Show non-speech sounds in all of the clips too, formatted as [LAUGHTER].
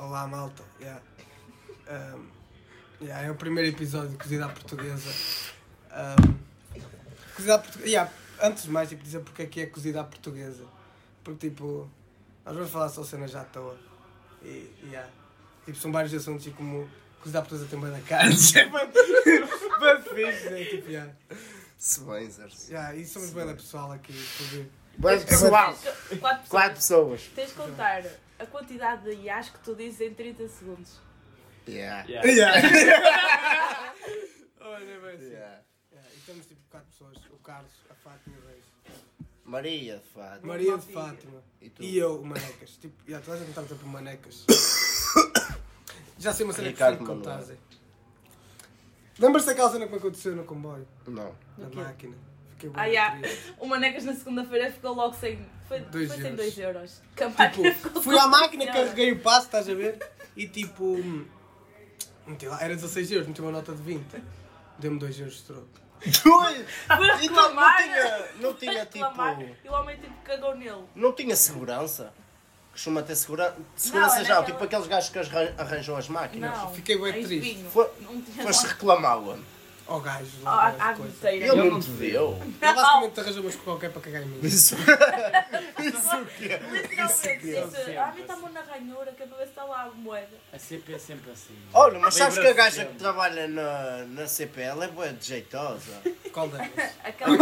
Olá, malta. Yeah. Um, yeah, é o primeiro episódio de Cozida à Portuguesa. Um, cozida à Portuguesa. Yeah, antes de mais, tipo, dizer porque é que é Cozida à Portuguesa. Porque, tipo, nós vamos falar só cenas já à toa. E, yeah. Tipo, são vários assuntos e como Cozida à Portuguesa tem bem da cara. [LAUGHS] Bem fixe, né? Tipo, yeah. Se bem, Zers. Yeah, e somos bem da pessoal aqui, inclusive. É Bem, pessoal, Tens- Quatro pessoas. quatro pessoas. Tens de contar a quantidade de iás que tu dizes em 30 segundos. Yeah. Yeah. Yeah. Olha, bem assim. Yeah. Yeah, e estamos tipo quatro pessoas: o Carlos, a Fátima e o Reis. Maria, de fato. Maria de Fátima. E tu? E eu, o Manecas. Tipo, já estás a contar sempre o Manecas. Já sei uma cena que Ricardo fico Manuel. contagem. Lembras-te daquela cena que me aconteceu no comboio? Não. Na quê? máquina. Fiquei bué Ah, já. [LAUGHS] triste. O Manecas na segunda-feira ficou logo sem. Foi, Dois foi sem euros. 2 euros. Que a máquina Tipo, ficou fui à com máquina, dois euros. carreguei o passo, estás a ver? E tipo. hum, meti lá- era 16 euros, meti uma nota de 20. Deu-me 2 euros de troco. Fui Então, não reclamar. tinha, Então, não tinha fui reclamar, tipo. E o homem tipo cagou nele. Não tinha segurança. Costuma ter segura... segurança é já, naquela- tipo aqueles gajos que arran- arranjam as máquinas. Não. Fiquei bué em triste. espinho. Foi- Não tinha Foste nada. reclamá-la. Ó gajo, Ah, lá. à Oh, coisa. bilheteira. Ele Ele não não te deu. Ele basicamente arranjou umas qualquer para cagar em [LAUGHS] mim. Isso. Literalmente disse: Sempre, Ah, mim está a assim." mão na ranhura, que é para ver se está lá a moeda. A CP é sempre assim. Oh! Olha, mas sabes que a Lembra-se gaja sempre. que trabalha na, na CP, ela é boa de jeitosa. Qual delas? [LAUGHS] Aquela.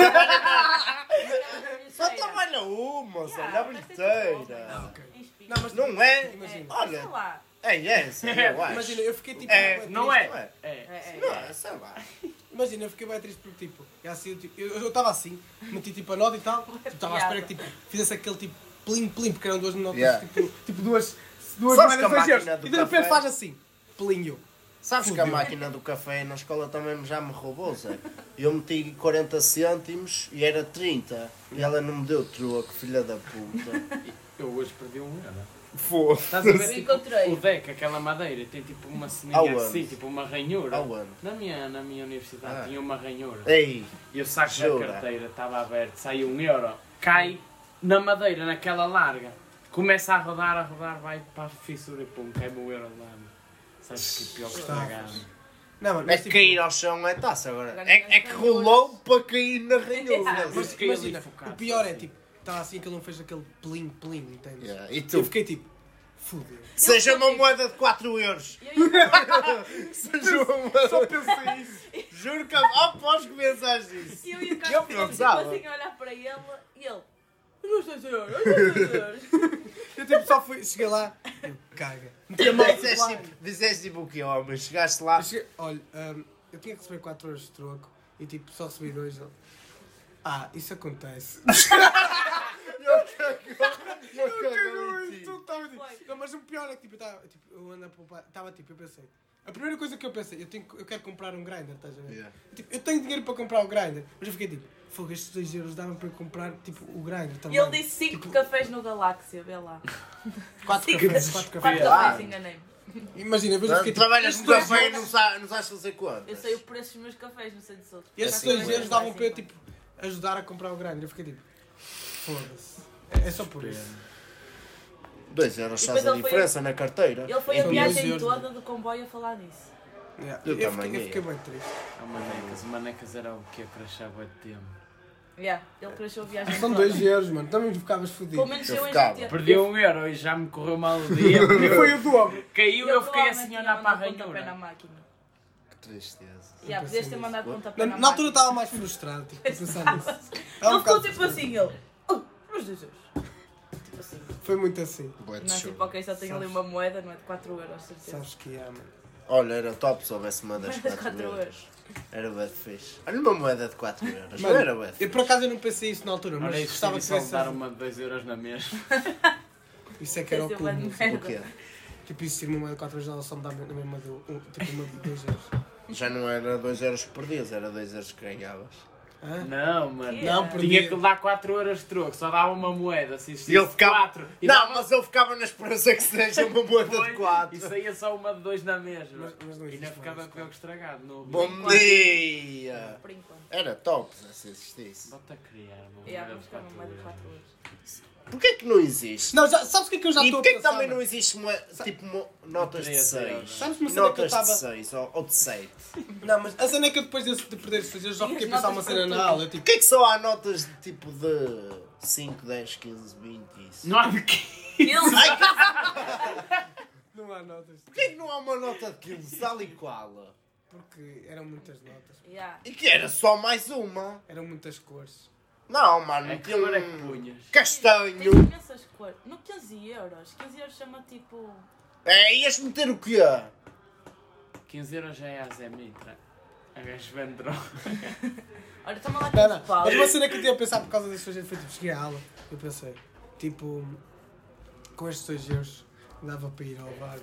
Só né? trabalha uma, só na Ah, bilheteira. tipo Não, assim. mas Não é? Imagina. Olha, Sei lá. é essa, eu acho. Imagina, eu fiquei tipo. É, bué não triste. é. É. É, é. Não, é, sei lá. Imagina, eu fiquei bem triste porque tipo, é assim, eu tipo, eu estava assim, meti tipo a nota e tal, tipo, estava à espera que tipo, fizesse aquele tipo plim plim, porque eram duas notas, Yeah. tipo, tipo duas, duas Sabes que a moedas de máquina euros, do e de repente café- faz assim, plim eu. Sabes que a Fudeu. máquina do café na escola também já me roubou, Zé. Eu meti 40 cêntimos e era 30. E ela não me deu troco, filha da [LAUGHS] puta. Eu hoje perdi um euro. Foi. Estás a ver? Eu tipo, encontrei. o deck, aquela madeira, tem tipo uma Aonde? um ceninha assim, tipo uma ranhura. Aonde? Na minha, na minha universidade Ah. tinha uma ranhura. É Ei, E o saco Jura? da carteira estava aberto, sai um euro, cai na madeira, naquela larga. Começa a rodar, a rodar, vai para a fissura e pum, cai o euro lá. mano. Sabes que pior que estragado. Não, mano, é mas que tipo, cair ao chão é taça agora. É, é que rolou para cair na ranhura. Mas Zé. que imagina, ali focado, o pior é assim. tipo, estava assim que ele não fez aquele plim plim, entendes? Yeah, E Eu tu? fiquei tipo, fudeu. Seja uma moeda de 4 euros. [LAUGHS] Seja uma moeda. Só pensei isso. Juro que Oh, após que pensaste isso. E eu e o Eu Carlos ficamos tipo pensava. assim a olhar para ele e ele. Não estou a dizer, não estou [LAUGHS] a dizer. Eu tipo só fui, cheguei lá, eu caga. Meti a mão Mas tipo, lá. disseste tipo- Disseste tipo o quê, homem? Chegaste lá. Eu cheguei- olha, hum, eu tinha que receber 4 euros de troco e tipo só recebi 2. Ah, isso acontece. Eu Cagou caguei em em ti. tudo, tava tipo- Foi. Não, mas o pior é que tipo, eu tava, tipo, eu ando a poupar, tava tipo, eu pensei. A primeira coisa que eu pensei, eu, tenho, que- eu quero comprar um grinder, estás a ver? Yeah. Tipo, eu tenho dinheiro para comprar o grinder, mas eu fiquei tipo, fogo, estes 2 euros davam para eu comprar tipo o grinder E também. ele disse 5 Tipo, cafés no Galáxia, vê lá. 4 cinco. cafés, 4 Quatro cafés. lá. cafés, enganei-me. Imagina, mas eu Não, fiquei tipo, Trabalhas no café e não sa- não sabes fazer quantas. Eu sei o preço dos meus cafés, não sei dos outros. estes cinco 2 euros, euros davam para eu Vai, tipo, ajudar a comprar o grinder. Eu fiquei tipo, foda-se. É é só por isso. 2 euros E faz a depois ele foi- diferença na carteira. Ele foi a São dois viagem euros, é? toda do comboio a falar nisso. Yeah. Eu eu, também fiquei, eu ia. fiquei bem triste. A manecas, o manecas era o que eu crachava de tempo. Yeah, ele cresceu a viagem São toda. 2 euros, mano. Também ficavas fodido. Pelo menos Eu eu, eu ficava. ainda Perdi um euro e já me correu mal o [LAUGHS] dia. porque Foi o dobro. Caiu e eu fiquei assim a olhar para a pontapé na ranhura. máquina. Que tristeza. Yeah, podias ter mandado pontapé Na, na na altura máquina. estava mais frustrado, tipo, a pensar nisso. Tava um Ele ficou bocado tipo frustrado. assim, ele. Oh, meus Deus. Tipo assim. Foi muito assim. Bué de Não é chuva. tipo, ok, só tenho ali Sabes- uma moeda, não é de 4 euros, certeza. Sabes que é, mano. Olha, era top se houvesse uma das Mas 4 4 euros. Era bué de fixe. Olha uma moeda de 4 euros. Não Mano, era bué de Eu por acaso eu não pensei isso na altura, mas Olha isso, gostava estava que só tivesse. de dar uma de 2 euros na mesa. [LAUGHS] Isso é que era o Isso é uma clube. merda. O quê? Tipo, isso ser uma moeda de 4 vezes, ela só me dá na mesma de um, tipo, uma de 2 euros. Já não era 2 euros que perdias, era 2 euros que ganhavas. Hã? Não, mano. Yeah. Não, perdi. Tinha que dar 4 euros de troco, só dava uma moeda. Se E ele existisse ficava. 4. Não, mas eu ficava na esperança que seja uma moeda de 4. E saía só uma de dois na mesa. Mas- mas não e existe ainda ficava mais, com o estragado. No... Bom dia! Por enquanto. Era top se existisse. Bota a criar, mano. Yeah, vamos ficar uma moeda de 4 euros. Porquê que não existe? Não, já, sabes o que é que eu já e estou a porquê que pensar? também mano? não existe uma, tipo mo- notas de Três, 6? Sabes uma cena que eu Notas estava... de 6 ou, ou de 7? Não, mas a cena é que eu depois desse, de perder esse eu já E fiquei a as pensar uma notas cena para na tudo. aula. eu Tipo, Porquê que só há notas de tipo de 5, 10, 15, 20 e [LAUGHS] isso? Não há de quê? Ele. Ai, que- não há notas. tipo, Porquê que não há uma nota de 15 tal e qual? Porque eram muitas notas. [LAUGHS] Yeah. E que era só mais uma? Eram muitas cores. Não, mano, É que tinha um cor é que punhas? Tem castanho. imensas cores. No 15 euros. 15 euros chama tipo. É, ias meter o quê? 15 euros já é a Zé Mitra. A gajo vende [LAUGHS] droga. Olha, toma lá Não, não. 15 é pau. Mas uma cena que eu tinha a pensar por causa das suas foi tipo, cheguei à aula. Eu pensei, tipo, com estes dois euros dava para ir ao bar.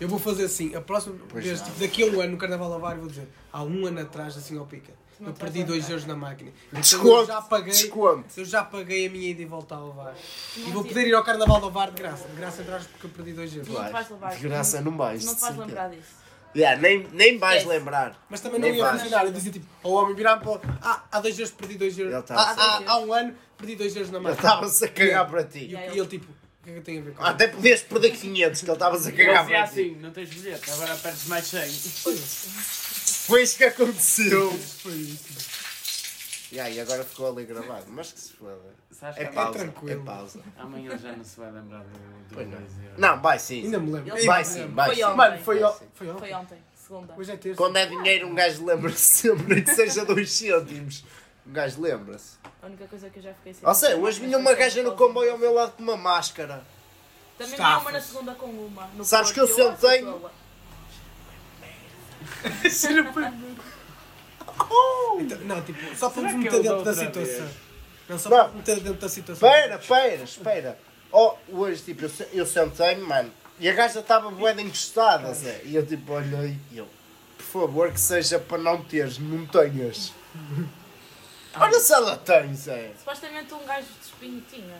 Eu vou fazer assim, a próxima Pois vez, não. tipo, daqui a um ano no Carnaval ao bar, eu vou dizer, há um ano atrás, assim ao pica, Não eu estás perdi a dois andar. euros na máquina. Então, eu Desconto, já paguei, desconto. Eu já paguei a minha ida e volta ao bar. E Não vou te- poder ir ao Carnaval ao bar de graça. De graça atrás porque eu perdi dois euros. Não te vais levar. De graça não vais. Não te de vais certeza. lembrar disso. Yeah, nem, nem É. vais Esquece. lembrar. Mas também não Nem ia vais. funcionar. Eu dizia tipo, ao homem virar para o- Ah, há dois euros perdi dois euros. Ele tá Ah, a ah, ser- há um ano perdi dois euros na Ele máquina. estava-se a cagar para E, ti. eu- Yeah, e ele tipo, o que é que tem a ver com isso? Até podias perder 500, que ele estava-se a Eu cagar é dizia para ti. assim, não tens bilhete, agora perdes mais 100. Foi isso que aconteceu. Foi isso. tipo, Yeah, e agora ficou ali gravado. Mas que se foda. [LAUGHS] Sabes que É amanhã- pausa, é, tranquilo. pausa. amanhã ele já não se vai lembrar do, do Pois não. 2 euros. Não, vai sim. Ainda me lembro. Ele- Vai Ainda me sim, lembro. vai Foi sim. ontem. Mano, foi, Vai ó- sim. foi Foi ontem. ontem, segunda. Hoje é terça. Quando é dinheiro, um gajo lembra-se sempre, que seja 2 cêntimos. Um gajo lembra-se. A única coisa que eu já fiquei sem. é Ou seja, hoje vinha uma gaja no comboio ao meu lado com uma máscara. Também Estafas. vinha uma na segunda com uma. No Sabes Porto, que eu acho sentei-me? que ela- Então, não, tipo, só fomos Será que meter eu dentro dou da outra situação. vez? Não, só Não. fomos meter dentro da situação. Espera, espera, espera. Oh, hoje, tipo, eu, se- eu sentei-me, mano, e a gaja estava boeda encostada, Zé. E eu, tipo, olhei e eu, por favor, que seja para não teres, não tenhas. Olha se ela tem, Zé. Supostamente um gajo de espinho tinha.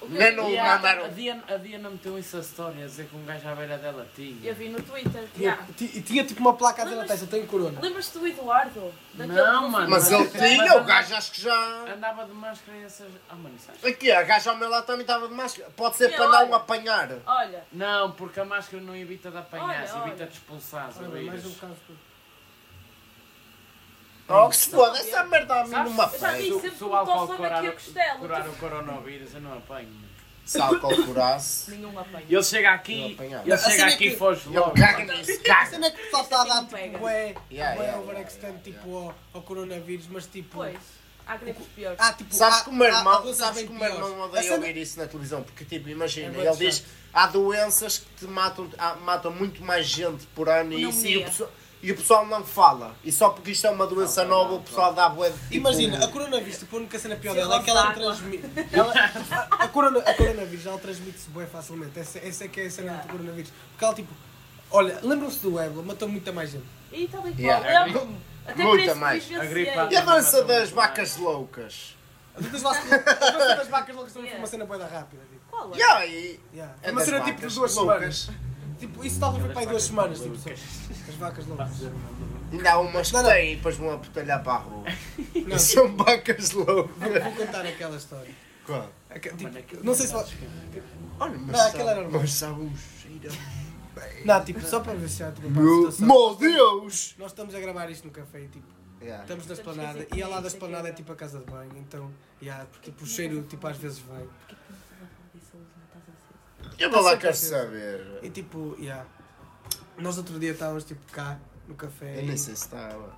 O que Não, eu vi- não, E Yeah. a, mandaram- a, Diana, a Diana meteu isso a história a dizer que um gajo à beira dela tinha. Eu vi no Twitter. Tinha- Yeah. ti- E tinha tipo uma placa a dizer na Lembras- testa, eu tenho corona. Lembras-te do Eduardo? Não, que mano. Mas ele tinha, o gajo acho que já. Andava de máscara e essas. Ah, mano, sabes? Aqui, a gaja ao meu lado também estava de máscara. Pode ser E para não olha. apanhar. Olha, Não, porque a máscara não evita de apanhar, Olha, evita olha. de expulsar. Olha, mais um caso. Oh, que se foda, essa merda a mim Sabes? numa Eu já vi é fez. sempre perguntou ao Sona aqui a costela. curar o coronavírus, eu não apanho. Salta ao coraço. nenhum apanha. Ele chega aqui, Não apanhava. ele A chega cena é aqui que- e foge Ele logo. caga nisso, A caga. cena é que o pessoal está a dar tipo, Pega. bué, Yeah, bué yeah, overextend, tipo, ao, ao coronavírus, mas tipo... Pois, há gripes piores. Ah, tipo, Sabes há- que o meu há- há ah, irmão, doenças sabes bem que o meu piores. irmão A odeia cena- ouvir isso na televisão, porque tipo, imagina, É ele muito diz há doenças que te matam, há- matam muito mais gente por ano e isso, e o, é. Pneumonia. pessoal, e o pessoal não fala. E só porque isto é uma doença Não, não, nova, não, o pessoal dá boa de tipo, Imagina, a coronavírus, tipo, a única cena pior Se dela é ela que ela dá transmite. Ela, a, a corona, a coronavírus, ela transmite-se bem facilmente. Essa, essa é que é a cena do coronavírus. Porque ela, tipo, olha, lembram-se do ébola, matou muita mais gente. E tal e qual, Yeah. lembro-me. Até Muita por isso mais. que assim, A vivenciei. gripe há- E a dança Matam das muito mais. vacas loucas? A das, vacas- a dança [LAUGHS] das vacas loucas também foi uma Yeah. cena boeda rápida. Tipo. Qual é? Yeah, e Yeah. É É uma das cena tipo vacas de duas loucas. É semanas. Tipo, isso talvez foi para aí duas As semanas. vacas Tipo, loucas. só- as vacas loucas. ainda há umas que Não, não. têm e depois vão a botalhar para a rua. [LAUGHS] Não, tipo, São vacas loucas. vou contar aquela história. Qual? Aque- tipo, é Mano, é aquilo não sei se. não vo- Olha, mas Não, aquela era sabe- normal. mas sabe um cheiro. Não, tipo, só para ver se já tipo, Meu, meu Deus! É. Nós estamos a gravar isto no café e tipo. Yeah. Estamos na esplanada e ao lado da esplanada é tipo a casa de banho, então, yeah, porque tipo, o cheiro tipo, às vezes vem. Eu vou lá Não sei quero porquê. saber. E tipo, yeah. nós outro dia estávamos tipo cá no café. Eu e- nem sei se tá estava.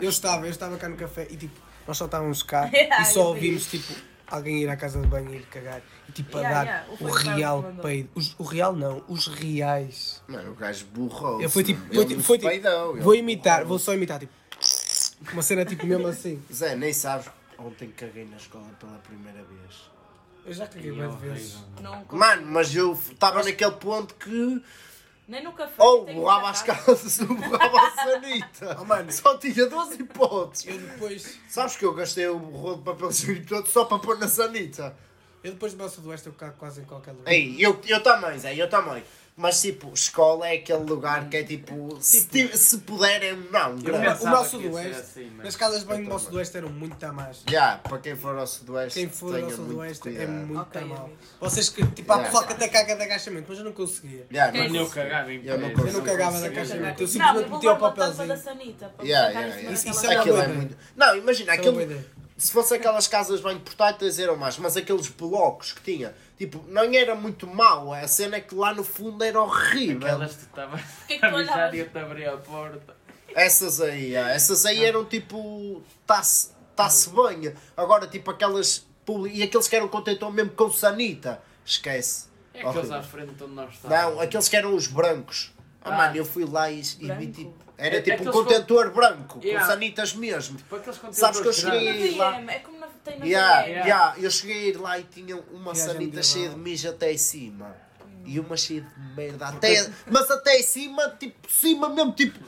Eu estava, eu estava cá no café e tipo, nós só estávamos [LAUGHS] cá Yeah, e eu só vi ouvimos tipo alguém ir à casa de banho e ir cagar e tipo a Yeah, dar yeah, o o Fernando real mandou. peido. Os- o real não, os reais. Mano, o gajo burrou. Eu fui tipo, foi, tipo- foi, tipo, vou imitar, vou só imitar, tipo, uma cena tipo mesmo assim. Zé, nem sabes. Ontem caguei na escola pela primeira vez. Eu já caguei E é mais vezes. horrível. Não consigo. Mano, mas eu estava naquele ponto que. Nem no café. Ou tenho Oh, borrava que as sacar. calças ou borrava a sanita. Oh, mano. Só tinha duas hipóteses. Eu depois, Sabes que eu gastei o rolo de papel higiênico [LAUGHS] todo só para pôr na sanita. eu depois do Baço do Oeste eu cago quase em qualquer lugar. Ei, eu, eu também, Zé, eu também. Mas tipo, escola é aquele lugar que é tipo, se, Tipo- ti- se puder é um não. Eu O grande. pensava nosso que ia ser Sudoeste, assim, mas- Nas casas de banho Eu do nosso também. Sudoeste eram muito a mais. Já, para quem for ao Sudoeste, Quem for tenha ao Sudoeste é cuidado. muito Ok, mal. amigos. Vocês que, tipo, há Yeah. pessoal que até caga de agachamento, mas eu não conseguia. Já, Quem Mano, eu não consigo. cagava em Eu não pé. consigo. Eu não cagava na conseguia. caixa né? de metal. Eu Não, eu simplesmente vou metia o levantar só da papelzinho. sanita. Para Yeah, me sentar yeah, em yeah. cima Isso- isso uma daquela barra. Aquilo boa é ideia. muito. Não, imagina, Isso é uma boa aquilo, ideia. se fosse aquelas casas de banho portáteis eram mais, mas aqueles blocos que tinha, tipo, não era muito mau. A cena é que lá no fundo era horrível. Aquelas que tu estavas que é que tu a [LAUGHS] mijar olhavas? e eu te abri a porta. Essas aí, ah, essas aí eram tipo. Está-se tá bem. Agora, tipo, aquelas. publi- E aqueles que eram contentor mesmo com sanita. Esquece. É aqueles Horrível. à frente de onde nós estávamos. Não, aqueles que eram os brancos. Ah, Ah. mano, eu fui lá e, e vi Branco? tipo. É- Era é tipo um aqueles contentor branco, Yeah. com sanitas mesmo. Tipo aqueles contentores Sabes que eu cheguei- grandes. É lá. como na VM, é como na, tem na Yeah, VM. yeah. Eu cheguei a ir lá e tinha uma Yeah, já me sanita deu cheia de mal. mijo até em cima. E uma cheia de merda. Até, mas até em cima, tipo, cima mesmo, tipo.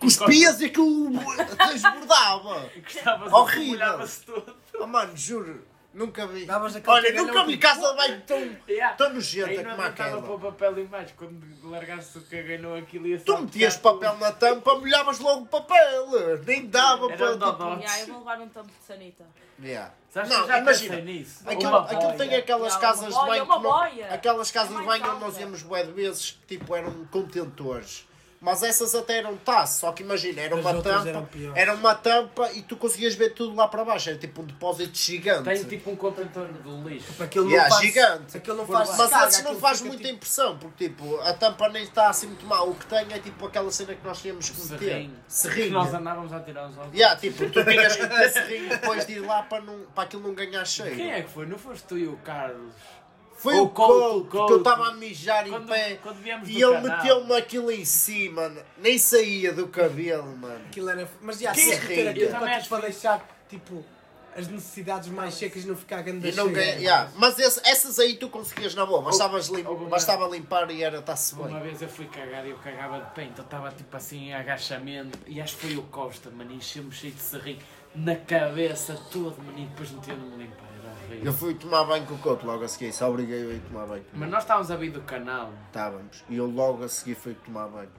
Cuspias e aquilo até [LAUGHS] esbordava. Estavas Horrível. a molhava-se todo. Oh, mano, juro, nunca vi. Davas aquele Olha, cagalhão, nunca vi tipo, casa de banho tão, Yeah. tão Aí nojenta não como adiantava pôr aquela. papel em baixo. Quando largaste o cagalhão aquilo ia Tu metias papel na tampa, molhavas logo o papel. Nem dava Era para. tipo- um dodó. Yeah, eu vou levar um tampo de sanita. Yeah. Sabes que Não, eu já imagina. pensei nisso. Aquilo, Uma aquilo tem boia. aquelas Yeah, uma casas de boia, banho. uma que não- boia. aquelas casas É de mais banho onde nós alta. íamos bué de vezes, que tipo, eram contentores. Mas essas até eram taças, só que imagina, era As uma outras tampa, eram piores. era uma tampa e tu conseguias ver tudo lá para baixo, era tipo um depósito gigante. Tem tipo um contentor de lixo. Aquilo não Yeah, faz, gigante. Aquilo não faz Mas descarga, esses não aquilo faz fica, muita tipo, impressão, porque tipo, a tampa nem está assim muito mal. O que tem é tipo aquela cena que nós tínhamos que meter. Um Serrinho. Que Serrinho. nós andávamos a tirar uns aos Yeah, tipo, tu tinhas que meter serrinho depois de ir lá para, não, para aquilo não ganhar cheiro. Quem é que foi? Não foste tu e o Carlos? Foi O o Couto, Couto, que eu Couto. estava a mijar em Quando- pé quando viemos do e ele canal. meteu-me aquilo em cima, mano. nem saía do cabelo, mano. Aquilo era... Mas já, Que tinha que ter rica. aquilo Eu para, também tipo, para deixar, tipo, as necessidades mais secas e não ficar grande E não cheia. ganha- yeah. Mas esse- essas aí tu conseguias na boa, bastavas lim- alguma- bastava limpar e era está-se Uma bem. vez eu fui cagar e eu cagava de pé, então estava tipo assim em agachamento e acho que foi o Costa, mano, encheu-me cheio de serrinho na cabeça todo, mano, e depois não tinha de me limpar, era Eu horrível. fui tomar banho com o Couto logo a seguir, só obriguei-o a ir tomar banho. Mas nós estávamos a vir do canal, Estávamos. E eu logo a seguir fui tomar banho.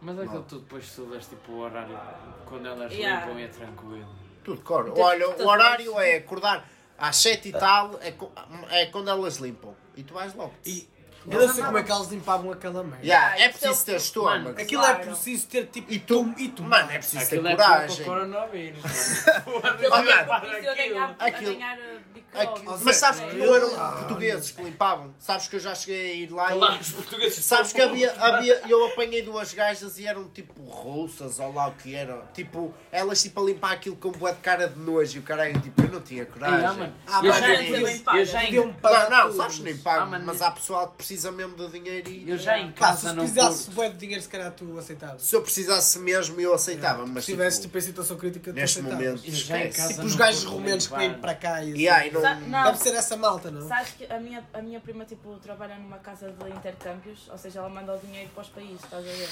mas é que Não. tu depois estudas tipo o horário, quando elas Yeah. limpam e é tranquilo. Tudo cor. Olha, o tudo horário é acordar às 7 e tal, é, co- é quando elas limpam. E tu vais logo. E eu não sei como é que eles limpavam aquela merda. Yeah, é Yeah, preciso ter mano, estômago. Aquilo é Claro. preciso ter, tipo, E tu, e tu mano, é preciso ter Aquilo é pior que o coragem. coronavírus, mano. Foda-se, Olha, limpar Isso eu aquilo. ganhar, a Aquilo. ganhar uh, Aqui- micróbios. mas sabes né? que um não eram portugueses que limpavam? Sabes que eu já cheguei a ir lá Lá, e. os portugueses Sabes que havia, havia. Eu apanhei duas gajas e eram tipo russas ou lá o que era. Tipo, elas tipo a limpar aquilo com boa de cara de nojo e o caralho, tipo, eu não tinha coragem. É, Yeah, mano. Ah, eu mas já é em- isso. eu já em- Podiam pagar Não, não, tudo. sabes que nem pago, Ah, mano, mas há pessoal que precisa mesmo do dinheiro e. eu já em Pá, se casa tu não precisasse curto. bué de dinheiro, se calhar tu aceitavas. Se eu precisasse mesmo, eu aceitava, mas. Se tivesse, tipo, tipo, em situação crítica, tu neste aceitavas. momento. Eu já em esquece. casa Tipo, não os gajos curto romanos que vêm limpar. para cá e assim. E aí, não. Sa- não. Deve ser essa malta, não? Sabes que a minha, a minha prima tipo, trabalha numa casa de intercâmbios, ou seja, ela manda o dinheiro para os países, estás a ver?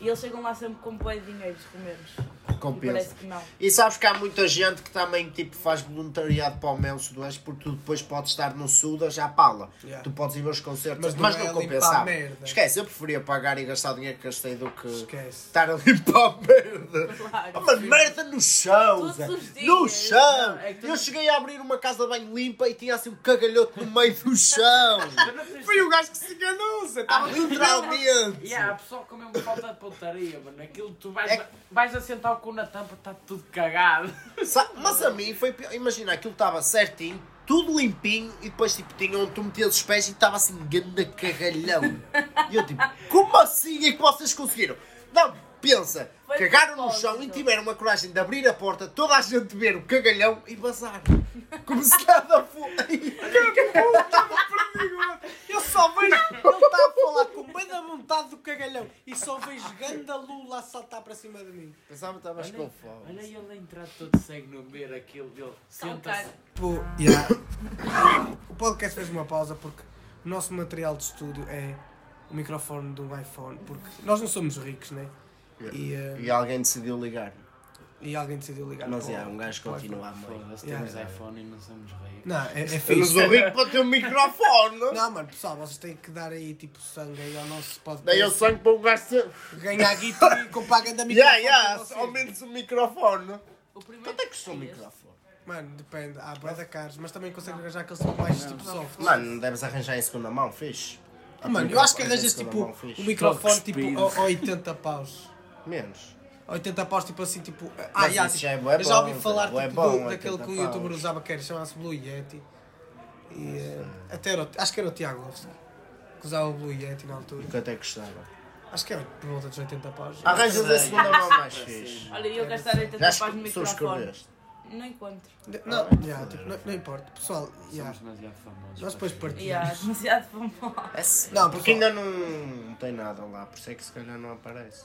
E eles chegam lá sempre com bué de dinheiro, os romenos. E Compensa. parece que não. E sabes que há muita gente que também tipo, faz voluntariado para o Mel Sudoeste porque tu depois podes estar no Sudas à pala. Yeah. Tu podes ir ver os concertos, mas, Mas não é não limpar compensava. merda. Esquece, eu preferia pagar e gastar dinheiro que gastei do que Esquece. estar a limpar merda. Claro. Ah, mas merda no chão, Todos Zé. os dias. No chão! Não, é que tu- Eu cheguei a abrir uma casa bem limpa e tinha assim um cagalhoto no meio do chão. Foi o gajo que se enganou, Zé. Estava literalmente. E há pessoal um com mesmo falta de pontaria, mano. Aquilo tu vais, É- vais assentar o cu na tampa, está tudo cagado. Sa- Mas a mim foi pior. Imagina, aquilo estava certinho, tudo limpinho, e depois tipo, tinha onde tu metias os pés e estava assim, ganda cagalhão. E eu tipo, como assim é que vocês conseguiram? Não, pensa, Foi de cagaram no propósito. chão e tiveram a coragem de abrir a porta, toda a gente ver o cagalhão e bazar. Como se nada fosse. Eu só vejo. Ele está a falar com bem da vontade do cagalhão e só vejo ganda lula a saltar para cima de mim. Pensava que estavas Olha, com fome. olha ele a entrar todo cego no ver aquilo dele. Senta-se. Calcar. Pô, yeah. O podcast fez uma pausa porque o nosso material de estúdio é o microfone do iPhone. Porque nós não somos ricos, né? E, eh, E alguém decidiu ligar. E alguém decidiu ligar. Mas para o- é, um gajo para o iPhone. continua a meio. Foda-se, Yeah. temos iPhone e não somos ricos. Não, é, é Eu não fixe. sou rico para ter um microfone. Não, mano, pessoal, vocês têm que dar aí tipo sangue aí ao nosso podcast. Daí eu sangue para um gajo. ser- Ganhar guito e comprar ganda Ya, microfone ya, para vocês. ao menos um microfone. O primeiro Então, Quanto é que custa um este. microfone? Mano, depende. Há boeda caros, mas também consegue arranjar aqueles são mais tipo soft. Mano, deves arranjar em segunda mão, fixe. Ah, mano, eu acho que Arranjas em arranjas segunda tipo mão, é fixe. um microfone Toque tipo speed. a- a 80 paus. Menos. A 80 paus, tipo assim, tipo. Ah, Mas já, isso tipo, já é bué eu já ouvi bom, falar bué tipo, bom, do- daquele 80 que o youtuber paus. usava que era, chamava-se Blue Yeti. E, eh, até era, o- acho que era o Tiago Lopes que usava o Blue Yeti na altura. E quanto é que custava? Acho que era por volta dos 80 paus. Arranjas assim. em segunda mão [LAUGHS] mais fixe. Olha, eu gastar um 80 Já paz no escu- microfone. subscreveste. Não encontro. ah, Não, já, tipo, não, não importa. Pessoal, já. Somos demasiado famosos. tá Nós para depois ser. partimos. Yeah, demasiado [LAUGHS] famoso. Não, Porque porque ainda não, não tem nada lá, por isso é que se calhar não [LAUGHS] aparece.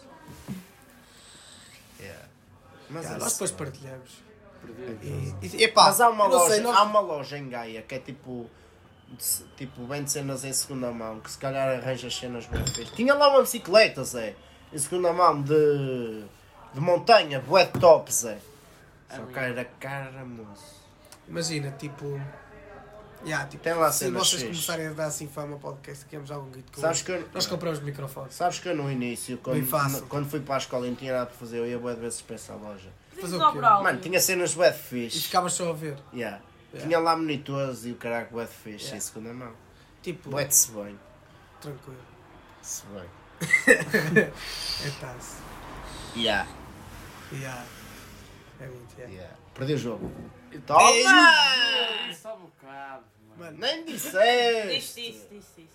Yeah. Mas, é nós depois assim. partilhamos. Perdido. E, e epá, Mas há uma, eu não loja, sei, nós- há uma loja em Gaia que é tipo. de ce- Tipo, vende cenas em segunda mão, que se calhar arranja cenas bem fixas. Tinha lá uma bicicleta, Zé, em segunda mão, de, de montanha, bué top, Zé. É Só que era cara, moço. Imagina, tipo. Yeah, tipo Tem lá se cenas vocês fixe. começarem a dar assim fama ao podcast, queremos algum guito com Sabes que eu- Nós compramos microfones. Sabes que eu no início, Bem fácil. quando, quando fui para a escola e não tinha nada para fazer, eu ia bué de vezes para essa loja. Podemos o quê? dobrar algo. Mano, tinha cenas bué de E fixe. ficavas só a ver. Yeah. Yeah. Tinha lá monitores e o caraca bué de fixe Yeah. em segunda mão. Tipo, Bué de se bem. tranquilo. Se bem. É tasse. Yeah. Yeah. É muito, yeah. Yeah. Perdi o jogo. É Toma! Ah, Só bocado, mano. Mano, Nem disseste! Disse isso, disse isso.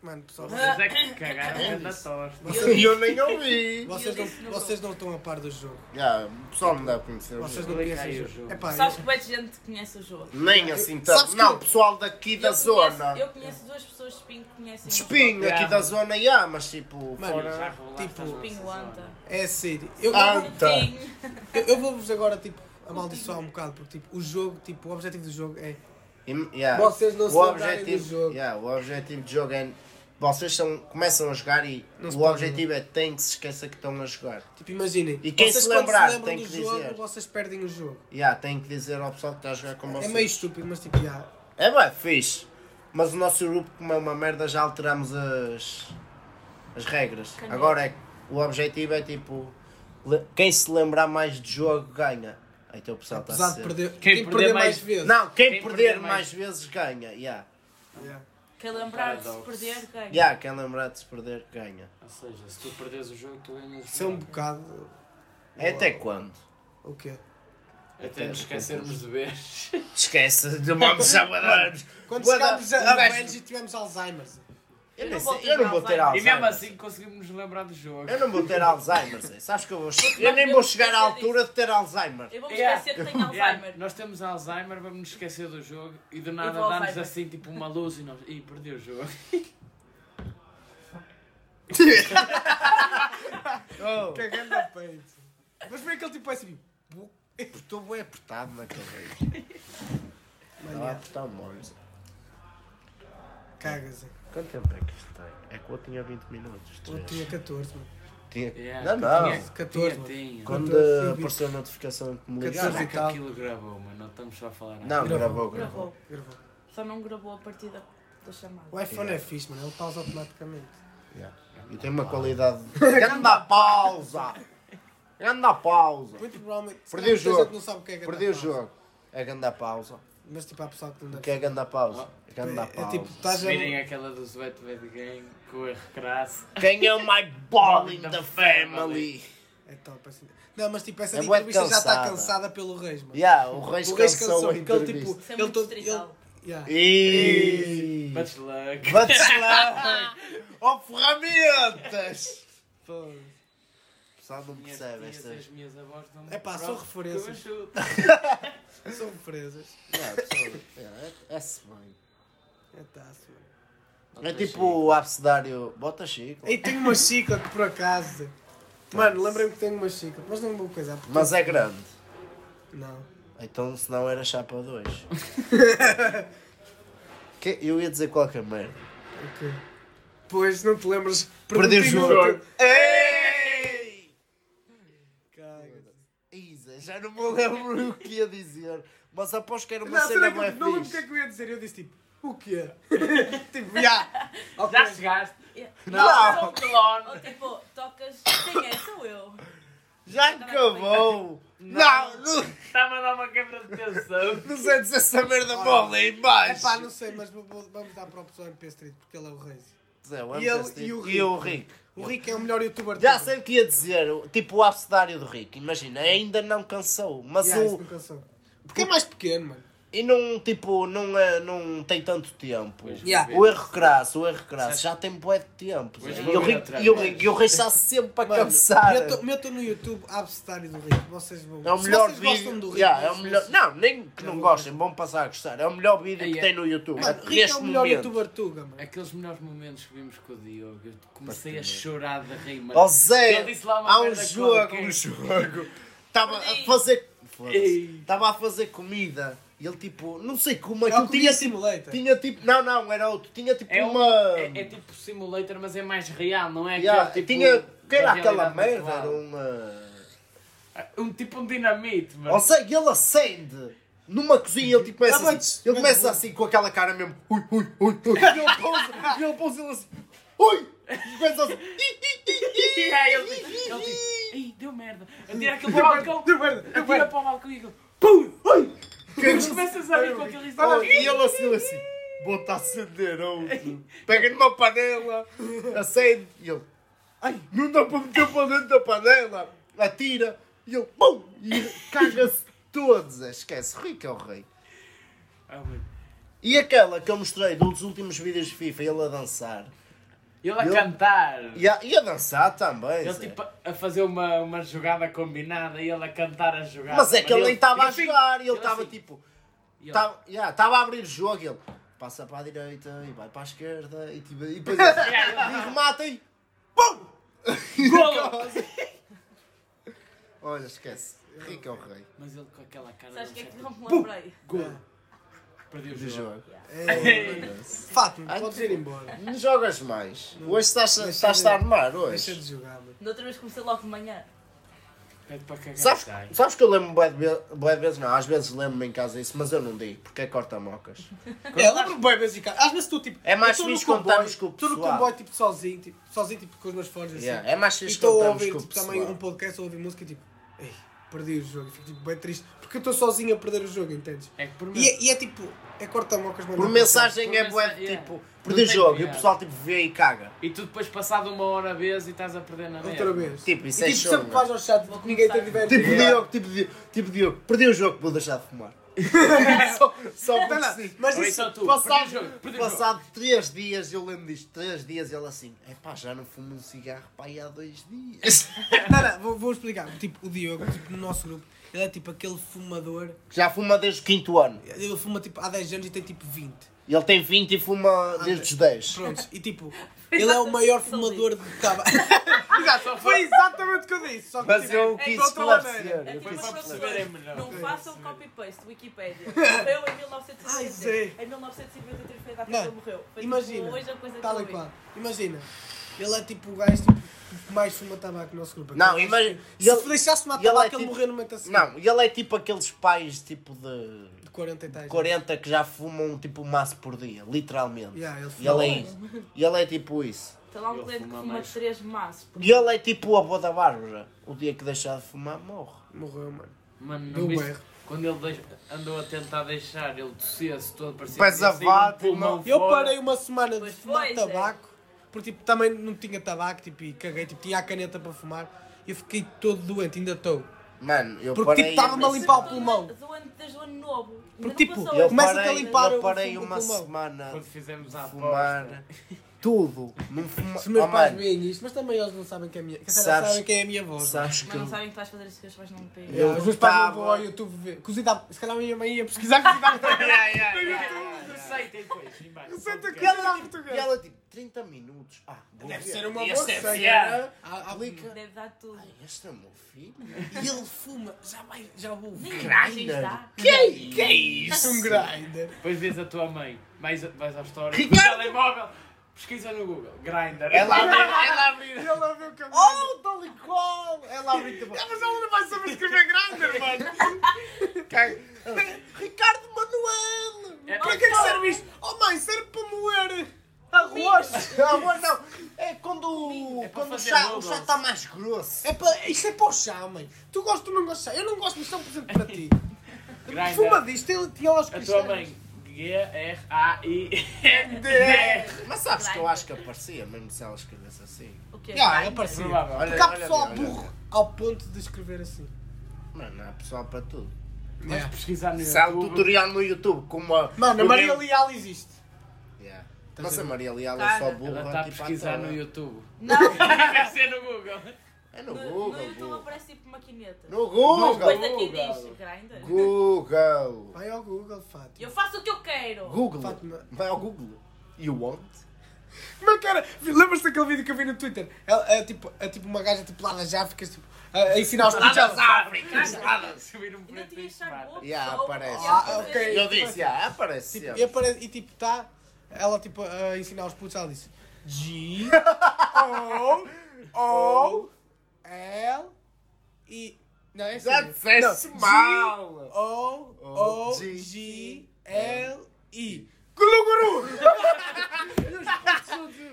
mano, Ah, pessoal, Vocês é que cagaram Eu da disse. tosta. E eu nem ouvi! vocês, Eu disse não, no vocês não estão a par do jogo. Já, o pessoal não deve conhecer. o Vocês jogo. não Explica conhecem aí o o jogo. jogo. Epá, Sabes que eu- bem de gente conhece o jogo. Nem assim Sabes tanto. que Não, eu- pessoal daqui da eu zona. Conheço, eu conheço duas pessoas de Espinho que conhecem. De espinho, aqui Yeah. da zona, já, mas tipo, Mano, Já fora. rolaste Tipo, a nossa Espinho zona. Anta. é sério. Eu, Ah. Anta. Espinho. eu, eu vou-vos agora, tipo, amaldiçoar um bocado, porque, tipo, o jogo, tipo, o objetivo do jogo é. Im- yeah. Vocês não o se lembrarem do jogo. yeah, o objetivo de jogo é. Vocês são, começam a jogar e Não se o pode objetivo é tem que se esqueça que estão a jogar. Tipo, imaginem. E quem vocês se quando lembrar, se lembram tem do que jogo, dizer. vocês perdem o jogo. Yeah, tem que dizer ao pessoal que está a jogar com É vocês. meio estúpido, mas tipo, yeah. É bem fixe. Mas o nosso grupo, como é uma merda, já alteramos as, as regras. Caneta. Agora é que o objetivo é tipo. le- Quem se lembrar mais de jogo ganha. Então o pessoal está a Apesar de ser- perder, quem, Quem perder, perder mais, mais- vezes. Não, quem, Quem perder, perder mais mais- vezes ganha. Yeah. Yeah. Que lembrar de se Paradoxo. perder, ganha. Yeah, quem lembrar de se perder ganha. Ou seja, se tu perdes o jogo, tu ganhas. Isso é um bocado. É até quando? O quê? Até nos esquecermos de vez. Esquece, demoramos [LAUGHS] já anos. Quando Boa chegámos da- a, a gajo- velhos e tivemos Alzheimer. Eu, Eu nem não vou sei, ter eu não vou ter E Alzheimer. mesmo assim conseguimos nos lembrar do jogo. É Eu não vou ter Alzheimer, Zé. sabes que eu, vou che- eu nem vou chegar à altura de ter Alzheimer. Eu vou me Yeah. esquecer que tenho [LAUGHS] Yeah, Alzheimer. nós temos Alzheimer, vamos nos esquecer do jogo e do nada E do dá-nos Alzheimer. assim tipo uma luz e nós. Ih, perdi [LAUGHS] o jogo. Cagando a peito. Mas foi aquele tipo assim. bu- Estou bem apertado na cabeça. Mano, Tá, Estava a yeah, apertar o molho. Zé. cagas. é. Quanto tempo é que isto tem? É que eu tinha 20 minutos. Eu três. tinha 14, mano. Tinha- Yeah, Não, não. Tinha, 14, tinha, mano. tinha. Quando Quatorze, sim, apareceu a notificação que me Quatorze. ligaram. Será que aquilo gravou, mano? Não estamos só a falar nada. Não, gravou, gravou. Gravou. Gravou. Só não gravou a partida da chamada. O iPhone é fixe, mano. Ele pausa automaticamente. Yeah. E tem uma qualidade. Ganda pausa! Ganda pausa! Muito provavelmente. se Perdi calhar muita o jogo. gente Não sabe o que é ganda Perdi o pausa. jogo. É ganda pausa. Mas tipo, há pessoal que não O que é deve. ganda pausa? É ganda É, é pausa. tipo, estás Se a. virem aquela do Sweat Bad Game com o recrasse. tá- Quem é o my ball in the family? É top assim. Não, mas tipo, essa É bué entrevista já está cansada. cansada pelo Reis, mano. Yeah, o Reis O Reis cansou cansou, a porque ele tipo. entrevista. Isso é ele muito todo. distrital. ele- yeah. E... But luck. Batelão! [LAUGHS] oh, ferramentas! Foda-se. O pessoal não Minhas percebe tias, estas... as minhas avós um dão Epá, são referências. São presas. Yeah, o pessoal- yeah, é- É-se bem. É taço, mano. É tipo o abcedário... Bota chico. E tenho uma xícara que por acaso. Mano, lembrei-me que tenho uma xícara, mas não vou coisar. Porque... Mas é grande. Não. Então, se não era chapa [LAUGHS] 2. Que- Eu ia dizer qualquer merda. Ok. Pois, não te lembras. Perdi o Perguntinho jogo. outro. Ei! Caga. Isa, dizer, já não me lembro o que ia dizer, mas após que era uma Não, cena será que eu- bem não lembro o que é fixe. que eu ia dizer. Eu disse tipo, o [LAUGHS] quê? tipo, já. Ok. Já chegaste? Não. Sou um clone. é Ou tipo, tocas. Quem é? Sou eu. Já acabou! Não, não, Estava a dar uma quebra de tensão. não sei dizer essa merda bola aí em baixo! Ah. Epá, não sei, mas vou- vou- vamos dar para o pessoal MP Street, porque ele é o rei. Zé, o E ele- Amnesty e o e o Rick. O Rick é o melhor youtuber Já de sei o que ia dizer, o- tipo o abcedário do Rick, imagina, ainda não cansou, mas Yeah, isso o. nunca soube. Porque é mais pequeno, mano. E não, tipo, não, é, não tem tanto tempo. Yeah. O erro crasso, o erro crasso, já tem bué de tempo. Pois Zé. vou E o ver Rick, outra e o vez. Rick, e o Rick está sempre para Mano, cansar. metam- Metam no YouTube Abcedário do Rick. Vocês vão. É o Se melhor vocês vídeo. gostam do Rick. Yeah, é o vocês- melhor... Não, nem que não gostem, vão passar a gostar. É o melhor vídeo Aí que é. tem no YouTube. Mano, Rick neste é o melhor momento. youtuber Tuga, mano. Aqueles melhores momentos que vimos com o Diogo, eu comecei a chorar de rir, mano. Ó Zé, Ele disse lá uma há um merda jogo, qualquer. um jogo. Estava a Ei. fazer. Ei. Estava a fazer comida. E ele tipo, não sei como, É o aquilo que tinha tinha tipo. simulator. Tinha tipo. Não, não, era outro. Tinha tipo É, um- uma. é, é tipo simulator, mas é mais real, não é? Yeah, aquele tipo tinha. Que era da aquela realidade merda? Era virtual. uma. Um tipo um dinamite, mano. Ou seja, ele acende numa cozinha, ele tipo, começa, Tá bem, assim, ele mas- começa assim com aquela cara mesmo. Ui, ui, ui, ui. E ele pousa, e ele pousa ele assim. Ui! E começa assim. "Ih, ih, ih, ih". [LAUGHS] E aí ele ele tipo, ei, deu merda. Atira aquele para o balcão, Deu merda, deu atira merda. para o balcão e ele, pum! Que- Começas a rir com aquele risco. Oh, e ele assim, assim. Bota a acender outro. Pega numa panela, acende. E ele. Ai, não dá para meter para dentro da panela. Atira. E ele. Pum! E caga-se todos. Esquece. Rico é o rei. Ah, mano. E aquela que eu mostrei dos últimos vídeos de FIFA, ele a dançar. Ele a Ele- cantar. E a, e a dançar também. Ele Zé. tipo a fazer uma, uma jogada combinada e ele a cantar a jogada. Mas é que mano. ele nem estava a assim- jogar e ele ele estava assim. tipo. E ele- Estava a abrir o jogo e ele passa para a direita e vai para a esquerda e, tipo, e [LAUGHS] depois ele, e remata e. PUM! Golo! Olha, esquece. Rico é o rei Mas ele com aquela cara. um Sabes o não que é sei que o não me lembrei? Golo. Perdeu o do jogo. jogo. É, é Fátima, Ai, podes tu- ir embora. Não jogas mais. Hoje estás, Deixa estás de- a armar Deixa de hoje. jogar, mano. Da outra vez comecei logo de manhã. Pede É para cagar. Sabes, sai. sabes que eu lembro-me bué de ve- bué de vezes, não, às vezes lembro-me em casa isso, mas eu não digo, porque é corta-mocas. É, lembro-me bem vezes de casa. Às vezes tu, tipo. É mais eu tô no fixe comboio, contarmos com o Estou no pessoal. comboio, tipo, sozinho, tipo, sozinho, tipo, com os meus fones, assim. Yeah, é mais E fixe estou a contarmos ouvir com o tipo, também pessoal. um podcast, a ouvir música e tipo, ei, perdi o jogo, e fico tipo, bem triste, porque eu estou sozinho a perder o jogo, entendes? É que por E mim. é, e é tipo, é corta-mocas, mano. Por mensagem Por é bué, mensa- yeah. tipo, Não perder tem jogo e o piada. pessoal tipo vê e caga. E tu depois passado uma hora a vez e estás a perder na Outra mesma. vez. Tipo, isso e, é tipo, show, sempre que mano. vais ao chat, tipo, ninguém te diverte. Tipo Yeah. Diogo, tipo Diogo, tipo Diogo, perdi o jogo, vou deixar de [LAUGHS] fumar. só só Não, porque não, sim. Mas Ou isso, então tu, Passado, perdi o jogo, perdi o jogo. passado 3 dias, eu lembro disto, 3 dias ele assim, epá, já não fumo um cigarro pá, aí há 2 [LAUGHS] dias. não, não, vou, vou explicar. Tipo, o Diogo, tipo, no nosso grupo, ele é tipo aquele fumador, Já fuma desde o 5 ano. ele fuma tipo há 10 anos e tem tipo 20. E Ele tem 20 e fuma desde os 10. Prontos, e [LAUGHS] tipo, ele é o maior fumador de tabaco. Foi exatamente o que eu disse, só que Mas tipo, eu é quis de outra maneira. esclarecer. É eu tipo quis as para esclarecer. perceber, é melhor. pessoas. Não Foi façam copy-paste [LAUGHS] do Wikipédia. Morreu em Ai, Zé. 1953. Em 1953 foi a data que Não, ele morreu. Foi tipo, imagina, hoje a coisa tal que e eu vi. qual. Imagina, ele é tipo o gajo tipo, que mais fuma tabaco no nosso grupo. Não, Aquele imagina. gajo- e Se Ele, deixasse fumar e ele é tabaco, ele tipo- morria no momento assim. não, e ele é tipo aqueles pais tipo de De 40 e tais. 40 que já fumam tipo um maço por dia, literalmente. Yeah, ele e ele fuma é isso. E ele é tipo isso. Tem lá um Ele cliente que fuma fuma mais. 3 maços. E ele é tipo o avô da Bárbara. O dia que deixar de fumar, morre. Morreu, mano. Mano, Deu não um viste? erro. Quando ele deix- andou a tentar deixar, ele tossia-se todo, parecia Pois tinha a saído um vá, pulmão Eu fora. parei uma semana de Pois fumar foi, Zé. tabaco, porque tipo, também não tinha tabaco, tipo, e caguei, tipo, tinha a caneta para fumar. E eu fiquei todo doente, ainda estou. Mano, eu Porque, parei. tipo, estava-me a uma limpar o semana- pulmão. Do ano, desde o ano novo. Ainda não tipo, passou ele esse Eu Começa-te a parei, limpar eu o parei fumo do uma pulmão. semana Quando fizemos a a aposta. fumar tudo. Não fuma... Se meus Oh, pais mano, veem isto, mas também eles não sabem quem é a minha, que Sabes- sabem quem é a minha voz. sabes Mas que não eu- sabem que vais fazer isso que os pais não me pegam. Eu Eu, os meus pais não tava- vão ao YouTube ver. Cozido à- Se calhar a minha mãe ia pesquisar [LAUGHS] cozida à portuguesa. Receita e depois, em baixo. Senta Podcast. aqui à E portuguesa. ela tipo, 30 minutos. Ah, vou Deve ver. ser um- uma boa Este é receita. Ah, clica. Deve dar tudo. Ai, Este é o meu filho. [LAUGHS] E ele fuma. Já vai, já vou. Nem Grindr? imagens dá. Que, que é isso? Um grinder. Depois vês a tua mãe, mais, vais à história, Ricardo! o telemóvel. Pesquisa no Google. Grindr. É Ela abre, ela E abre. ele a ver o cabelo. Oh, tal e qual! Ela abre também. Mas ela não vai saber escrever Grindr, mano. [LAUGHS] Ricardo Manuel! É para para que é que fora. serve isto? Oh mãe, serve para moer! [LAUGHS] Arroz! Arroz não! É quando, É para quando o fazer chá noodles. está mais grosso. É para, isto é para o chá, mãe. Tu gostas ou não gostas de chá? Eu não gosto, mas isto é um presente para ti. Grindr. Fuma disto, tem- tinha lá os A tua cristais. mãe. G-R-A-I-D-R. Mas sabes que eu acho que aparecia, mesmo se ela escrevesse assim. O quê? Ah, é Grindr? parecido. Provável. Olha, Porque há olha pessoal ali, olha burro ao ponto de escrever assim. Mano, há pessoal para tudo. é. Mas pesquisar no Se há um YouTube. tutorial no YouTube com uma. Mano, a com Maria uma- Leal existe. Yeah. Mas a Maria Leal é Cara, só burra Ela está a aqui para a pesquisar tela. no YouTube. Não, [LAUGHS] Deve ser no Google. É no no, no Google. YouTube Google. aparece tipo maquineta. No Uma Google! coisa aqui Google. diz Grindr. Google! Vai ao Google, Fátima. Eu faço o que eu quero. Google! Fátima. Vai ao Google. You want? Mas cara, é lembras-te daquele vídeo que eu vi no Twitter? Ela- É, tipo, é tipo uma gaja tipo lá nas Áfricas, tipo, a, a ensinar os putos a usar. Áfricas. Subir um Ainda tinha print. charme. Yeah, aparece. Ah, ok. Eu disse, ah, aparece. Tipo, sempre. e, apare- e tipo, tá ela tipo a ensinar os putos, ela disse G O [LAUGHS] O L I Não é assim. Já né? disseste Não, mal! G O O G- G L I [LAUGHS] Gluguru!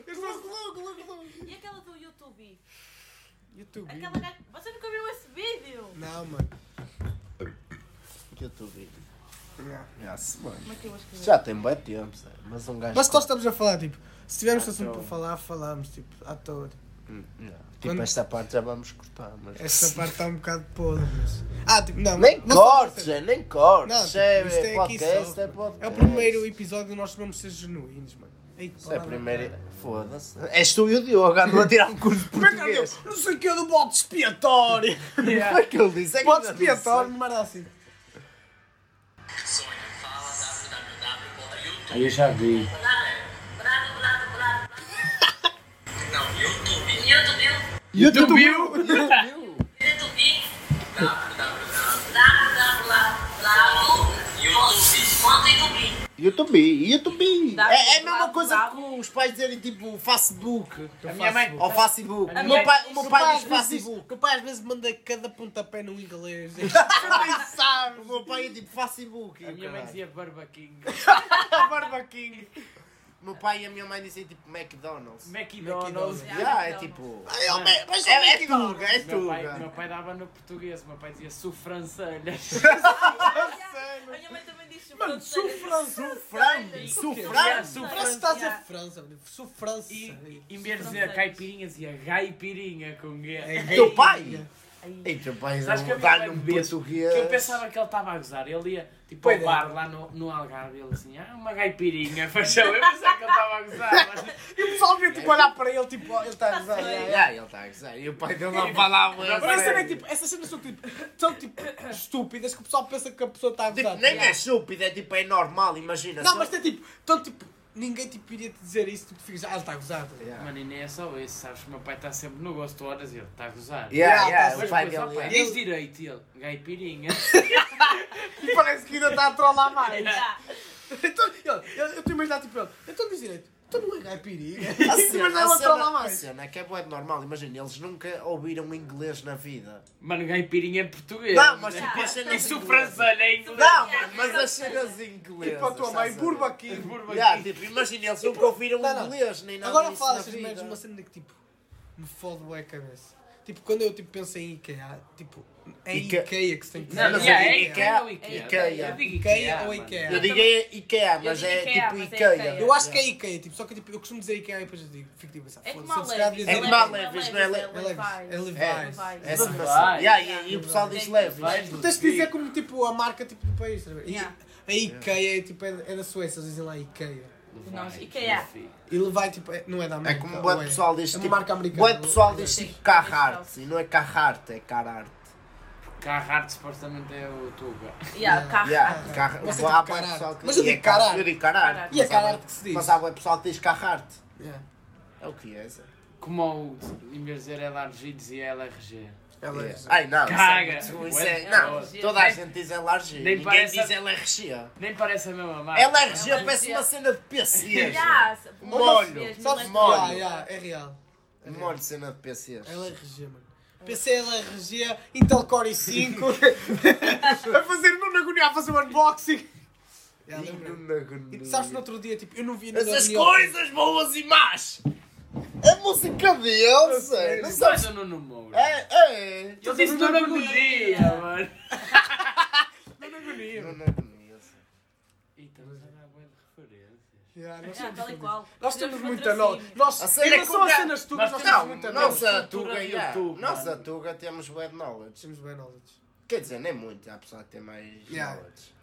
Eu sou glu, glu, glu. E aquela do YouTube? YouTube. Aquela gaja. Você nunca viu esse vídeo? Não, mano. YouTube. Não. Yes, mano. Como é que eu vou escrever? Já tem bem tempo, Zé, mas um gajo. Mas nós estamos a falar, tipo, se tivermos À assunto toa. para falar, falamos, tipo, à toa. Hum, não. Tipo, Quando- esta parte já vamos cortar, [LAUGHS] mas. Esta parte está um bocado podre, mas... Ah, tipo, não. Nem mas só para cortes, Zé, nem cortes. Não, tipo, é, isto é aqui podcast, só, é podcast. É o primeiro episódio e nós vamos ser genuínos, mano. Ei, que Isso é a palavra. primeira. Foda-se. És tu e o Diogo, andam a tirar um curso de Como é que ele português. deu? Não sei o que é do bode [LAUGHS] expiatório. Como é que ele diz? É que bode eu não sei. expiatório, não era assim. Aí eu já vi. YouTube. YouTube, YouTube. Dá- É, é a dá- mesma coisa dá- que os pais dizerem tipo Facebook. A minha mãe. Ou Facebook. A O minha- meu pai, o meu pai diz Facebook. O meu pai às vezes manda cada pontapé num inglês. [LAUGHS] O meu pai é tipo Facebook. A minha mãe caralho. dizia Barba King. [LAUGHS] Barba King. O meu pai e a minha mãe dizem tipo McDonald's. é McDonald's. Yeah, é tipo. Eu me- mas eu É, me- é Tuga, é Meu pai, Tuga. meu pai dava no português, meu pai dizia sufrancelhas. [LAUGHS] A minha mãe também diz Mano, sou França. Frango, Yeah, [LAUGHS] sufrango. Parece que estás a França, mano. Sou França. E em vez de dizer caipirinha, dizia gaipirinha com G. Teu pai? Ei, teu pai Sabes que não a um minha dá mãe num me disse português. Que eu pensava que ele estava a gozar. Ele ia tipo é. ao bar lá no, no Algarve ele assim, ah, uma gaipirinha, [LAUGHS] fechou. Eu pensava que ele estava a gozar. Mas... E o pessoal veio tipo olhar para ele, tipo, ó, ele Tá está a gozar. Yeah, tá yeah, ele está a gozar. E o pai dele não falava. Mas essa cena é tipo, essas cenas são tipo, são tipo estúpidas que o pessoal pensa que a pessoa está a Tipo, tá, gozar. nem é estúpido, é tipo, é normal, imagina. Não, só- mas é tipo, então tipo, ninguém tipo iria te dizer isso, tipo, tu ficas, ah, ele está a gozar. tá ligado? Yeah. Mano, e nem é só isso, sabes? Meu pai está sempre no gosto de horas e ele está a gozar. Yeah, Yeah, yeah, tá É, o pai Mas, ó, dele pai, é. diz direito e ele, gaipirinha. E parece que ainda tá está a trollar mais. Já. então, ele, eu, eu estou a imaginar tipo ele, então diz direito, então não é gaipirinha. [LAUGHS] A Mas cena, não a é uma trola Assim, cena, a mais. cena é que é bué de normal, imagina, eles nunca ouviram inglês na vida. [LAUGHS] Mano, gaipirinha é português. Não, mas né? Ah. tipo, as cenas E inglesas. sufrancelha é inglês. Não, mano, mas as cenas inglesas. Tipo a tua mãe, estás a ver? burba aqui. Burba Yeah, King. tipo, imagina, eles nunca ouviram Não, não. inglês, nem nada Agora disso fala na essas merdas, vida. uma cena que tipo, me fode bem a cabeça. Tipo, quando eu tipo, penso em Ikea, tipo, é Ikea. Ikea, que se tem que Não, Mas não, eu yeah, é digo Ikea ou Ikea. Ikea. Ikea? Eu digo Ikea ou mano. Ikea? Eu digo é Ikea, mas digo é Ikea, tipo mas é Ikea. Ikea. Eu acho que é Ikea, tipo, só que tipo, eu costumo dizer Ikea e depois eu digo, fico tipo, sabe, É como foda-se, tipo, a se calhar Levis. devia É dizer- como a Levis, não é Le- É É Levi's. Levi's. É, Levi's. essa Levi's. versão. Yeah, yeah, e o pessoal diz leve. Levi's. Tu tens de dizer como tipo a marca tipo, do país, sabe? E Yeah. A IKEA é, tipo, é, é da Suécia, eles dizem lá IKEA. Nós, Ikea. E levar tipo, é- não é da É América. como o ou bué de pessoal diz é uma tipo. marca americana. bué de pessoal ou- diz tipo Sim. Carhartt, e não é Carhartt, é Carhartt. Carhartt supostamente é o Tuga. Yeah, carro. Yeah, car... Mas é há tipo bué de Carhartt. pessoal que Mas eu e é digo car- Carhartt. Eu digo Carhartt. Carhartt. E a mas há bué- Carhartt que se diz? Mas há bué de pessoal que diz Carhartt. Yeah. É o que é, Zé. Como o, em vez de dizer LRG, dizia LRG. Ela É. Ai não, isso é Caga. muito- isso é- É não, LRG. toda a gente diz LRG, Nem ninguém parece- Ah, diz LRG. Nem parece a mesma marca. LRG parece uma cena de PCs. Yes, Molho. Só Mas- se Molho. molho. é real. Um monte de cena de PCs. É LRG, mano. PC LRG, Intel Core i5. [LAUGHS] a fazer no Nagonia, a fazer o unboxing. Já, E lembra? no- no- no- é E tu sabes que no outro dia, tipo, eu não vi nada de Essas Neopren. coisas boas e más. A música deles, é, não sabes? Mas eu não número. É, é. Eu disse tudo agonia, mano. Eu não conheço. E estamos a dar boa de referência. Já, nós Yeah, somos Ah, tal e muito- qual. Nós temos muita nós. A Nós, cena em relação é que às o cenas tugas, nós Mas temos Não, muita nós nós. nossa. a cultura Tuga, de yeah, YouTube, nós mano. a Tuga temos web knowledge. Temos bem knowledge. Quer dizer, nem muito, há pessoal que tem mais Yeah. knowledge.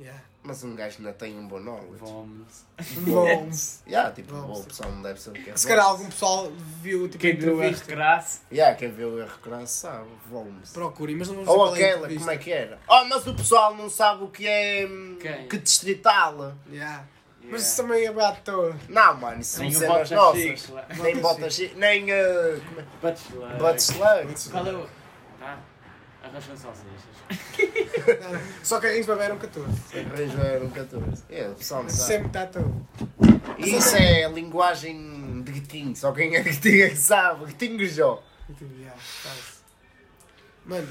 Yeah. Mas um gajo ainda tem um bom knowledge. Vamos. Bom. Yeah, tipo, Vamos. o pessoal não deve saber o que é Se calhar Volmes. algum pessoal viu, tipo, a é Quem deu a entrevista. recrasse? Yeah, quem vê o erro cross sabe, Volmes. Procurem, mas não vamos Ou falar em aquela, entrevista. como é que era? Oh, mas o pessoal não sabe o que é. hum, Quem? Que distrital. Yeah. Mas isso também é bem à toa. [LAUGHS] Não, mano, isso são Sem o cenas Bota nossas. Chicla. Nem Bota Chico, nem. Uh, como é? Butler. Butt Slug. Qual é o. Tá? Arrastam salsichas. Só carrinhos bebê eram 14. Arranjo era um 14. É, o pessoal não Mas sabe. é sempre está à toa. E Isso é linguagem de gatinho, só quem é gatinho é que sabe. Gatinho Jó. E tipo, yeah, quase. Mano,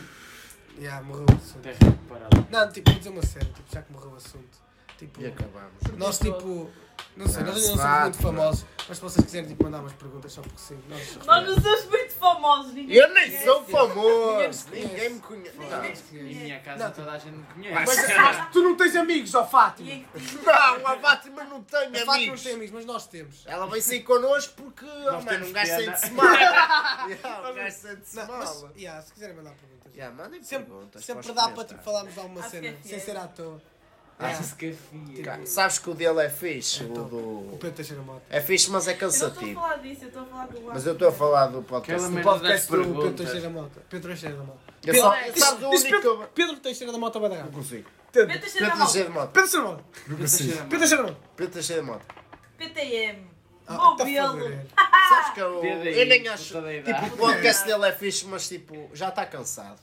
yeah, morreu o assunto. Terra parada. Não, tipo, vou dizer uma cena, tipo, já que morreu o assunto. Tipo, E acabamos. nós tipo. Não sei, Ah, nós ainda não somos sabe, muito famosos, mas se vocês quiserem tipo, mandar umas perguntas só porque sim, nós Nós não somos muito famosos, ninguém. Eu nem sou famoso! Ninguém me conhece. Não, E respondemos. minha casa Não. toda a gente me Mas, é- conhece. mas tu não tens amigos, ó Fátima! E- Não, a Fátima não tem A Fátima não amigos. tem amigos, mas nós temos. Ela vai sair connosco porque, oh, mano, temos um gajo pena. sente-se [LAUGHS] mal. yeah, um gajo sente-se Não, mas, mal. yeah, se quiserem mandar perguntas. Yeah, mandem Sempre, perguntas sempre os dá para tipo, comentários. falarmos de alguma Acho que é cena, sem fiel. ser à toa. Acho que é fia. Cara, sabes que o dele é fixe, o Então, O do... Pedro Teixeira Mota. É fixe, mas é Eu não estou a cansativo. falar disso, eu estou a falar do Vasco. Mas eu estou a falar do podcast. Aquela O merda das podcast do Pedro perguntas. Teixeira da Mota. Pedro Teixeira da Mota. Eu só- Pedro- eu sabes o Diz único que Pedro, eu... Pedro Teixeira da Mota Badará. Não consigo. Pedro Pedro Teixeira da Pedro Teixeira de Mota. Moto. Teixeira da Mota. Não consigo. Pedro Teixeira da Mota. Pedro Teixeira de Moto. PTM. Ah, Vou tá vê-lo. [LAUGHS] foder. Sabes que eu... Pedro aí, Eu nem acho... puta da Tipo, idade. o podcast dele é fixe, mas tipo, já está cansado.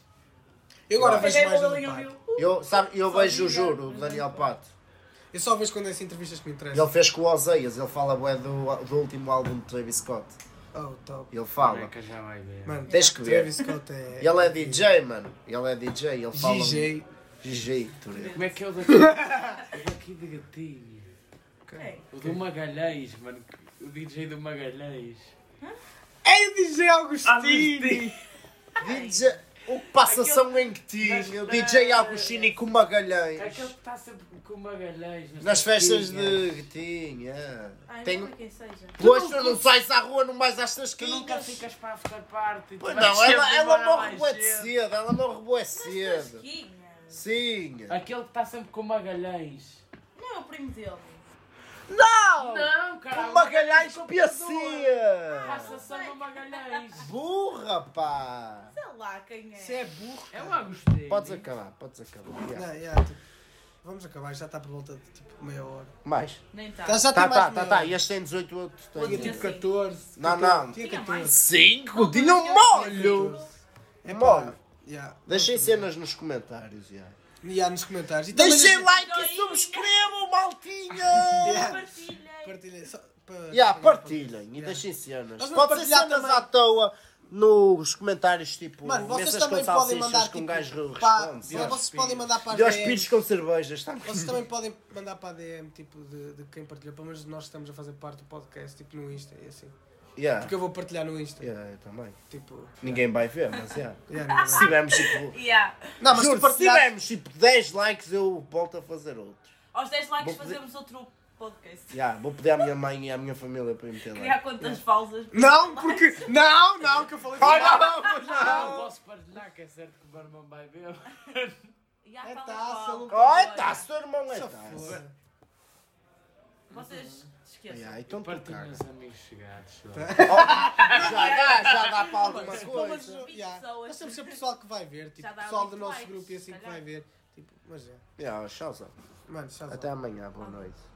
Eu agora vejo Peguei a mais um do bolinha, pai. viu? Uh, Eu, sabe, eu Só vejo o diga, juro, o mas Daniel não. Pato. Eu só vejo quando é assim entrevistas que me interessam. Ele fez com o Ozeias, ele fala bué do, do último álbum de Travis Scott. Oh, top. Ele Como é fala. que já vai ver? Mano, Tens que ver. Travis Scott é... Ele é DJ, mano. Ele é DJ, ele fala. DJ. DJ, Toreto. Como é [LAUGHS] que é o daqui? o daqui de gatinho. é. O do Magalhães, mano. O DJ do Magalhães. É o DJ Ah, Agostinho. Agostinho. DJ. O que passa são em que tinha. O DJ Agostini com Magalhães. Aquele que está sempre com o Magalhães. Nas festas de Gatinho. é. Ai, Tem... não é quem seja. Pois tu não sais à rua, não vais às tuas Tu nunca quintas. ficas para a after party. tu Pois vais não, ela, sempre ela embora morre mais bué de cedo. cedo. Ela morre bué de cedo. Tosquinhas. Sim. Aquele que está sempre com o Magalhães. Não é o primo dele. Não, cara. Com Magalhães Piacia. Passa só no Magalhães. Burra, pá. Sei lá quem é. Você é burro. É o Agostinho. Podes acabar, podes acabar. Não, Yeah. yeah, tipo, Vamos acabar, já está por volta de tipo meia hora. Mais. Nem tá. Já, já Tá, tem mais tá, meia tá, tá. hora. Este tem 18, outro Tinha tem. tipo 14. Não, 14, não. Tinha Tinha 14. 5? Tinha um molho! É Mole. pá. Yeah. Deixem cenas nos comentários, já. E há nos comentários. E também Deixem nos- like e subscrevam, maltinha! Partilhem. Partilhem. Só, para, Já, partilhem e deixem cenas. Nós vamos Pode ser partilhar cenas também. à toa nos comentários, tipo, Mano, vocês mensas também com podem salsichas mandar que um tipo, gajo para- responde. Vocês podem mandar para a E aos DM. pires com cervejas, tá? Vocês também podem mandar para a DM tipo, de, de quem partilhou. Pelo menos nós estamos a fazer parte do podcast tipo, no Insta e assim. Yeah. Porque eu vou partilhar no Insta. Yeah, eu também. Tipo. Ninguém vai ver, mas já. [LAUGHS] yeah, não, Se tivermos tipo. Yeah. não, mas Juro, se se partilhar. tivermos tipo 10 likes, eu volto a fazer outro. Aos 10 likes Vou pedir- fazemos outro podcast. [LAUGHS] Já, vou pedir à minha mãe e à minha família para me meter Criar lá. contas falsas. Não, porque. Não, não, que eu falei. Não, não posso partilhar, que é certo que o meu irmão vai ver. Yeah, É tal e taça, qual. não- Oh, tá, seu irmão é Só tá. foda. Vocês esqueçam. Yeah, então tu Partilho cagas. meus amigos chegados. lá. Já dá, já dá para alguma Pelo menos, coisa. yeah, pessoas. Nós temos sempre pessoal que vai ver, tipo, Já dá pessoal do muito nosso likes, grupo e assim que calhar. vai ver. Tipo, mas é. Yeah, tchauzão. Mano, tchau. Até amanhã, boa noite.